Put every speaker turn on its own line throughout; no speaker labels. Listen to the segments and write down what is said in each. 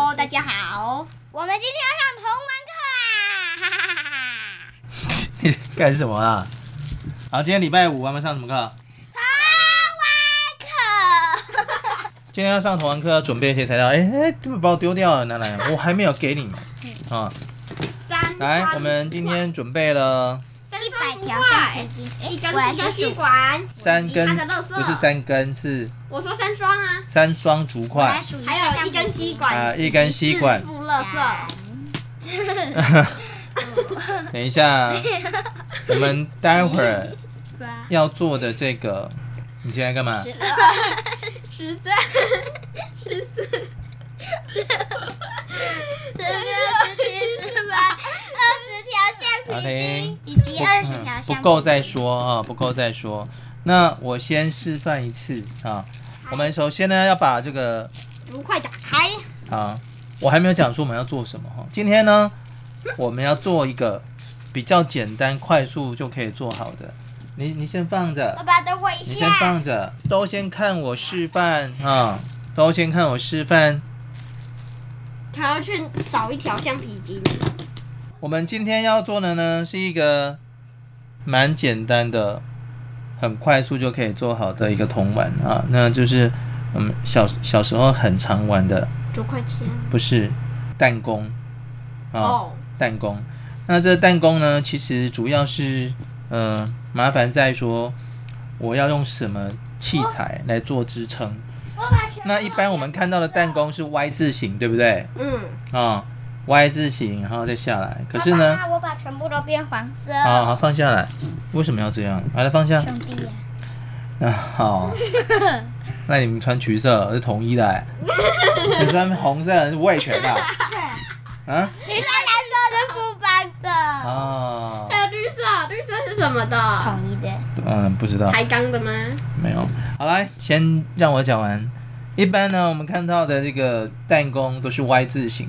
好，我们今天要上童玩课啦！哈哈哈哈！
你 干什么啊？好，今天礼拜五，我们上什么课？
童玩课，
今天要上同文课，要准备一些材料。哎、哎，对不把我丢掉了，拿来，我还没有给你们啊。
三
来，我们今天准备了
一百条橡皮筋，
一
哎，我来
根一根
继
吸
续，
管，
三根
我吉他的，
不
垃圾
是，三根，是
我说三双啊，
三双竹
我来
筷。
数一下
还有
橡
一
皮筋
根吸
啊、
管，
一根吸管
自。付垃圾，
等一下，我们待会儿
八
要做的这个，你现在干嘛？
十三，
十六、十七、十八、二十条橡皮筋
OK
以及
不
二十
嗯
条橡皮
不
筋。
够再说啊，不够再说。那我先示范一次啊。我们首先呢要把这个
竹筷打开，
啊，我还没有讲说我们要做什么哈。今天呢，我们要做一个比较简单、快速就可以做好的。你你先放
爸
着，
爸，等我一
你先
下。
放着，都先看我示范啊，都先看我示范。
还要去少一条橡皮筋，
我们今天要做的呢是一个蛮简单的，很快速就可以做好的一个铜玩啊，那就是嗯小小时候很常玩的，
竹筷签，
不是弹弓啊。
哦，
弹弓。那这弹弓呢，其实主要是呃麻烦在说我要用什么器
哦
材来做支撑。
我把全部
那一般我们看到的弹弓是 Y 字形，对不对？
嗯，
啊、y 字形，然后再下来。可是呢，
爸爸我把全部都变黄色。
好好放下来，为什么要这样？把它放下。
兄弟呀、
啊，好。那你们穿橘色是统一的、欸，你穿红色是味全的啊。啊
你说蓝色是副班的，
哦，
还有哎绿色，绿色是什么的？
统一的。
嗯，不知道。
抬杠的吗？
没有。好来，先让我讲完。一般呢，我们看到的这个弹弓都是 Y 字形、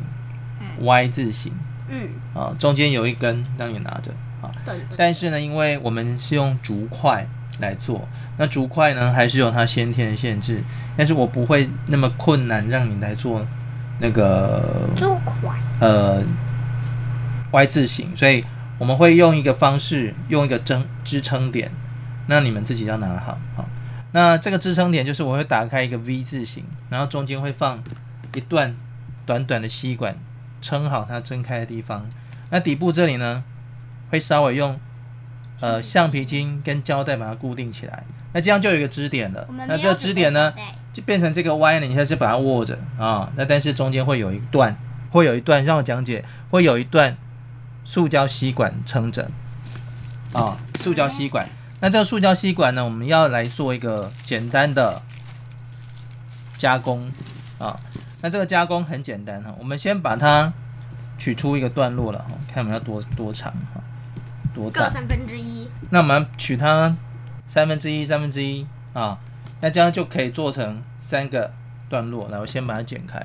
y 字形
嗯，
啊，中间有一根让你拿着啊。
等等，
但是呢，因为我们是用竹筷来做，那竹筷呢还是有它先天的限制，但是我不会那么困难让你来做那个
猪款。
呃 Y 字形，所以我们会用一个方式，用一个支支撑点，那你们自己要拿好好。那这个支撑点就是我会打开一个 V 字形，然后中间会放一段短短的吸管，撑好它撑开的地方。那底部这里呢，会稍微用呃橡皮筋跟胶带把它固定起来，那这样就有一个支点了
我们。没
那
有
这个支点呢
准，备胶带？
就变成这个 Y 呢，你现在是把它握着啊、那但是中间会有一段，会有一段让我讲解，会有一段塑胶吸管撑着啊、塑胶吸管。那这个塑胶吸管呢，我们要来做一个简单的加工啊、那这个加工很简单哈，我们先把它取出一个段落了哈，看我们要多多长哈，多
各
大。
三分之一，
那我们取它三分之一、三分之一啊，那这样就可以做成三个段落。来，我先把它剪开，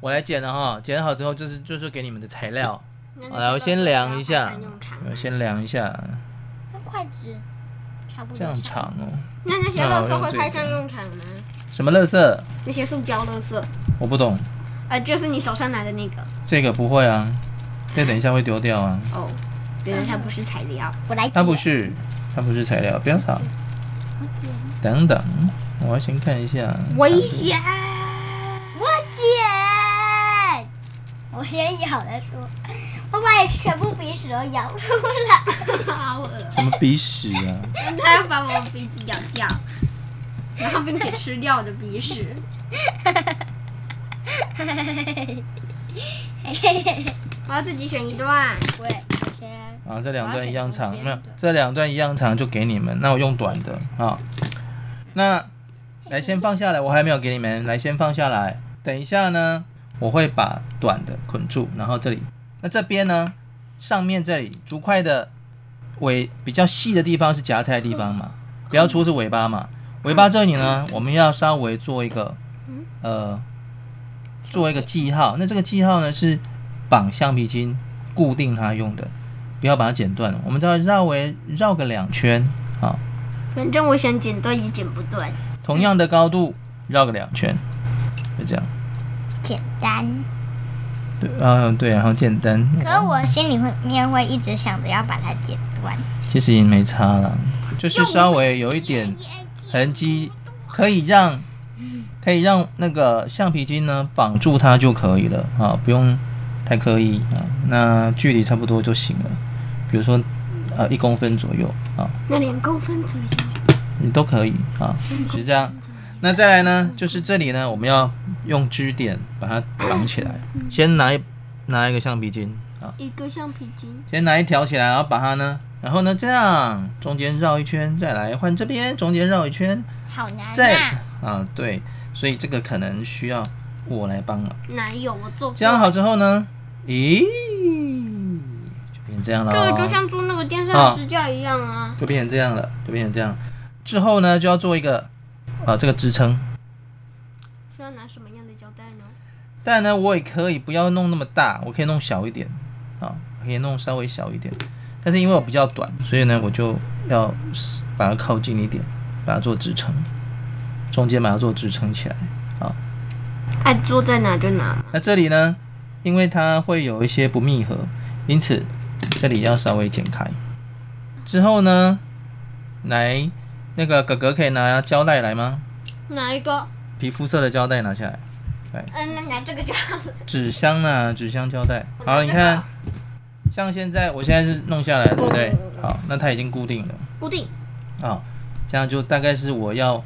我来剪了哈，剪好之后就是就是给你们的材料，
那就
好来我
是
先
垃圾
量一下
要派上用场
我先量一下，
用筷子差不多。
这样长哦，
那那些垃圾会派上用场吗？
什么垃圾？
那些塑胶垃圾，
我不懂，
呃，就是你手上拿的那个
这个不会啊，这等一下会丢掉啊，
哦，原来它不是啊材料。
我来剪。
它不是，它不是材料，不要吵，
我剪。
等等，我要先看一下，
危险！
我剪。我先咬再说。我把全部鼻屎都咬出来。
好恶！
什么鼻屎啊？
他要把我鼻子咬掉，然后并且吃掉我的鼻屎。 我要自己选一段，
我先。
啊，这两段一样长
我要，选
没有
中间的
这两段一样长就给你们，那我用短的啊。那来先放下来，我还没有给你们，来先放下来。等一下呢，我会把短的捆住，然后这里，那这边呢，上面这里竹筷的尾比较细的地方是夹菜的地方嘛，比较粗是尾巴嘛，尾巴这里呢，我们要稍微做一个，呃，做一个记号。那这个记号呢是绑橡皮筋固定它用的。不要把它剪断了，我们再绕围绕个两圈啊，
反正我想剪断也剪不断。
同样的高度绕个两圈，就这样。
简单。
对，嗯、对，然后简单。
可是我心里会面会一直想着要把它剪断。
其实也没差啦，就是稍微有一点痕迹，可以让可以让那个橡皮筋呢绑住它就可以了啊，不用太刻意啊，那距离差不多就行了，比如说呃一公分左右啊，
那两公分左右。
你都可以啊，就是这样。那再来呢，就是这里呢，我们要用支点把它绑起来，
嗯
先拿一拿一个橡皮筋啊，
一个橡皮筋，
先拿一条起来，然后把它呢，然后呢这样中间绕一圈，再来换这边中间绕一圈，
好难
再
啊！
啊对，所以这个可能需要我来帮忙。
哪有我做过？
这样好之后呢，咦，就变成这样了
对，就像做那个电扇
啊
的支架一样啊。
就变成这样了，就变成这样。之后呢就要做一个啊这个支撑，
需要拿什么样的胶带呢？
但呢，我也可以不要弄那么大，我可以弄小一点啊，可以弄稍微小一点。但是因为我比较短，所以呢，我就要把它靠近一点，把它做支撑，中间把它做支撑起来。
爱坐在哪就哪。
那这里呢，因为它会有一些不密合，因此这里要稍微剪开。之后呢，来那个哥哥可以拿胶带来吗？
哪一个？
皮肤色的胶带拿下来。
嗯，那拿这个就好了。
纸箱啊，纸箱胶带。
我拿
好，你
这个
看，像现在我现在是弄下来了，对不对
不不？
好，那它已经固定了
哦固定。
啊、这样就大概是我要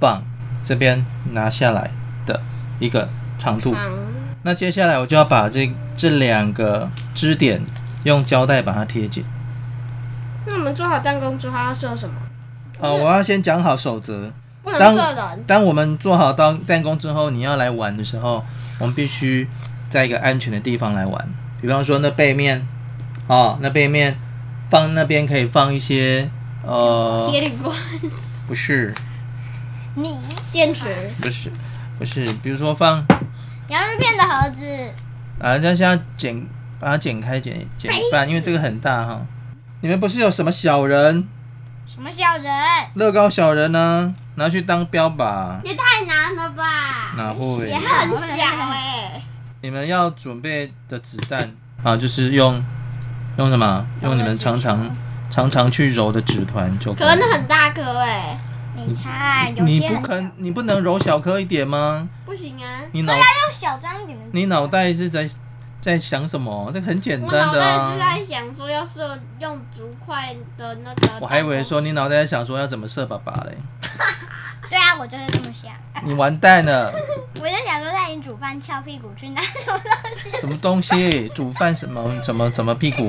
绑这边拿下来的一个长度。
嗯，
那接下来我就要把这这两个支点用胶带把它贴紧。
那我们做好弹弓之后要射什么？
啊、
嗯
我要先讲好守则。
不能
当
射人。
当我们做好当弹弓之后，你要来玩的时候，我们必须在一个安全的地方来玩。比方说那背面，哦，那背面放那边可以放一些呃，
铁铝锅、
不是
你
电池。
不是不是，比如说放
洋芋片的盒子，
啊，那现在剪把它剪开剪剪一半，因为这个很大哈、
嗯
你们不是有什么小人
什么小人？
乐高小人呢、拿去当标靶，
也太难了吧！
哪会？
也
很
很
小
小哎、
哎、
你们要准备的子弹啊，就是用用什么？用你们常常常常去揉的纸团就
可
以。
能很大颗哎、
欸没差啊，有
你
些
不
很小
肯，你不能揉小颗一点吗？
不行啊！
你脑
用小张一点的。
你脑袋是在在想什么？这个很简
我
单
脑
的
袋是
啊。
在想说要射用竹筷的那个。
我还以为说你。脑袋在想说要怎么射爸爸嘞，
对啊，我就是这么想。
你完蛋了，
我就想说带你煮饭翘屁股去拿什么东西？
什么东西？煮饭什么？怎么怎么屁股？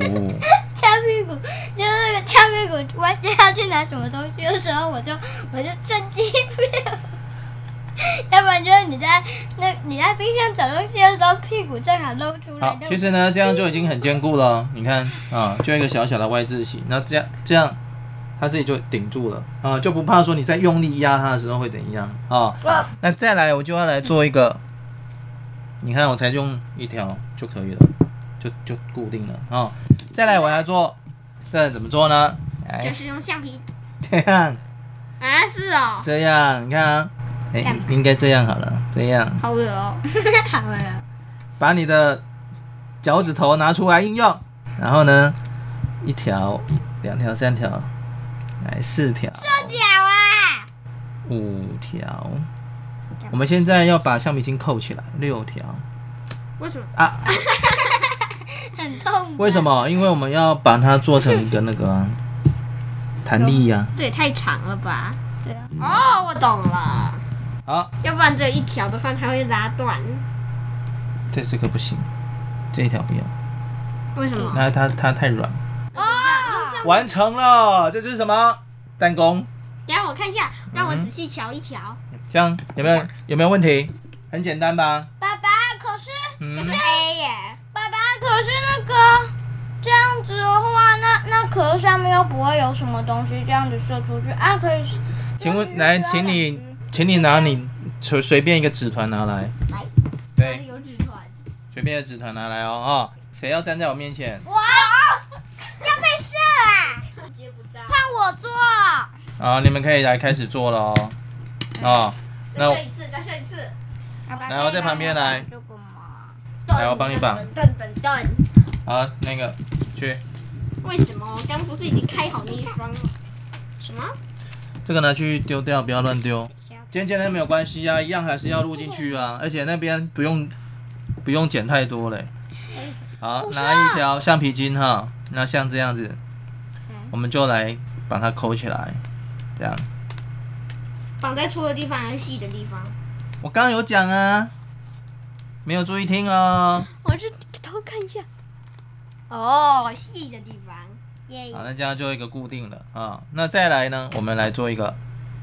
翘屁股就是那个翘屁股弯下要去拿什么东西的时候，我就我就趁机不要。 要不然就是你在那你在冰箱找东西的时候，屁股正好露出来
好，，
那
其实呢，这样就已经很坚固了哦。你看啊，就一个小小的 Y 字形，那这样这样，它自己就顶住了啊，就不怕说你在用力压它的时候会怎样啊。那再来，我就要来做一个，你看我才用一条就可以了，就就固定了啊。再来，我要做，这怎么做呢？
就
哎，
是用橡皮
这样
啊，是哦，
这样，你看啊，
干
哎
嘛，
应该这样好了，这样
好恶哦，
好了，
把你的脚趾头拿出来应用，然后呢，一条、两条、三条，来四条、
脚啊，
五条
干嘛。
我们现在要把橡皮筋扣起来，六条
为什么？
啊？
很痛。
为什？么？因为我们要把它做成一个那个啊弹力呀、
这也太长了吧？
对啊，
嗯
哦，我懂了，
好，
要不然只有一条的话，它会拉断。
这这个不行，这一条不要，
为什么？
那它它太软。
哦，
完成了，这就是什么？弹弓。
等一下我看一下，让我仔细瞧一瞧。
这样有没有有没有问题？很简单吧？
爸爸，可是
嗯。
A 耶，
爸爸，可是那个这样子的话，那那壳上面又不会有什么东西这样子射出去啊？可以是
请问，来，请你，请你拿你随随便一个纸团拿来
来。
哪里
对，
有纸团？
随便的纸团拿来哦啊、谁要站在我面前？
我要被射啊！
接不到。
换我做，
啊，你们可以来开始做了哦。啊、那
一次，再射一次。
来我在旁边来
这个嘛
对，
来，我帮你绑。
等等等，
好，那个去，
为什么？我刚不是已经开好那一双了？什么？
这个拿去丢掉，不要乱丢。尖尖的没有关系啊，一样还是要录进去啊，而且那边不用不用剪太多嘞。好，
不是啊
拿一条橡皮筋哈，那像这样子，我们就来把它抠起来，这样。
绑在粗的地方还是细的地方？
我刚刚有讲啊，没有注意听哦。
我去偷看一下。哦，
细的地方。
耶！
好，那这样就一个固定了啊。那再来呢，我们来做一个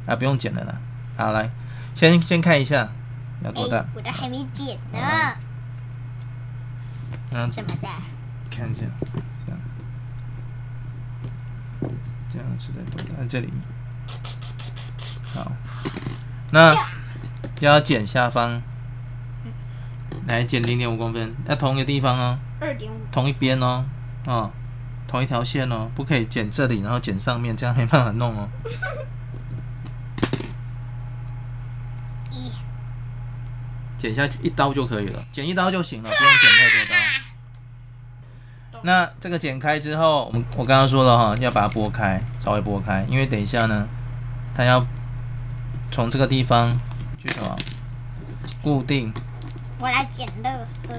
啊，不用剪了啦。好，来，先先看一下要多大
哎，，我的还没剪呢，
嗯，
这么大。
看一下，这样，这样是在多大？这里。好，那要剪下方，来剪零点五公分，要同一个地方哦，
二点五，
同一边哦，哦，同一条线哦，不可以剪这里，然后剪上面，这样没办法弄哦。
一，
剪下去一刀就可以了，剪一刀就行了，不用剪太多刀。那这个剪开之后，我们我刚刚说了哈，要把它拨开，稍微拨开，因为等一下呢，它要从这个地方去什么固定，
我来剪乐色。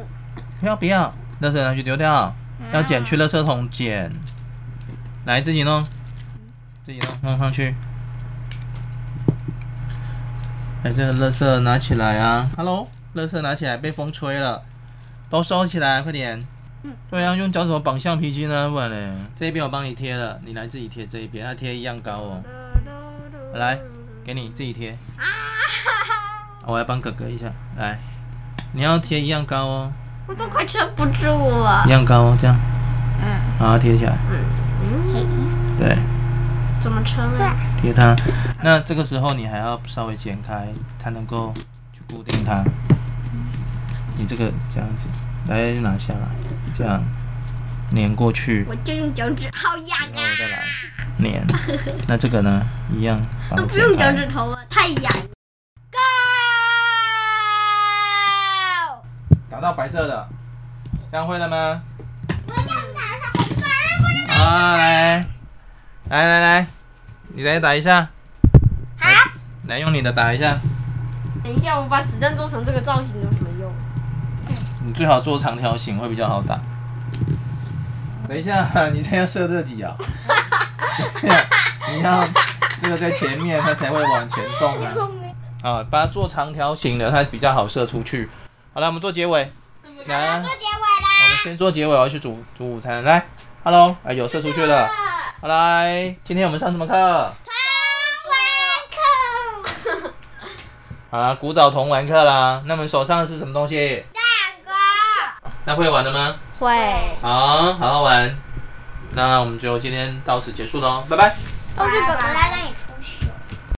不要不要，垃圾拿去丢掉，要剪去垃圾桶剪，来自己弄，自己弄弄上去。哎，这个垃圾拿起来啊！Hello，垃圾拿起来，被风吹了，都收起来，快点。对啊，用脚怎么绑橡皮筋呢？不然呢？这一边我帮你贴了，你来自己贴这一边，它贴一样高哦。来，给你自己贴。我来帮哥哥一下，来，你要贴一样高哦。
我都快撑不住了。
一样高哦，这样，嗯，把它贴起来，对，
怎么撑啊？
贴它。那这个时候你还要稍微剪开，才能够去固定它。你这个这样子，来拿下来，这样粘过去，
我就用脚趾，好痒
然后再
啊！
来粘。那这个呢，一样把它
都不
剪
用脚
开。
趾头了，太痒了。哦
Go！
打到白色的，这样会了吗？
我要打上红色，我要
啊，来，来来来，你来打一下，
好，
来用你的打一下。
等一下，我把子弹做成这个造型有什么用？
你最好做长条形会比较好打。等一下， 你这样射这几啊？ 你要这个在前面，它才会往前动啊。啊，把它做长条形的，它比较好射出去。好了，我们做结尾。来啊，我
做结尾啦。
们先做结尾，我要去煮煮午餐。来，Hello，哎，有射出去了。好来，今天我们上什么课？
康威克
啊，古早童玩课啦。那我们手上的是什么东西？
蛋糕，
那会玩的吗？
会，
好，好好玩。那我们就今天到此结束喽，拜拜。
都是狗狗来了。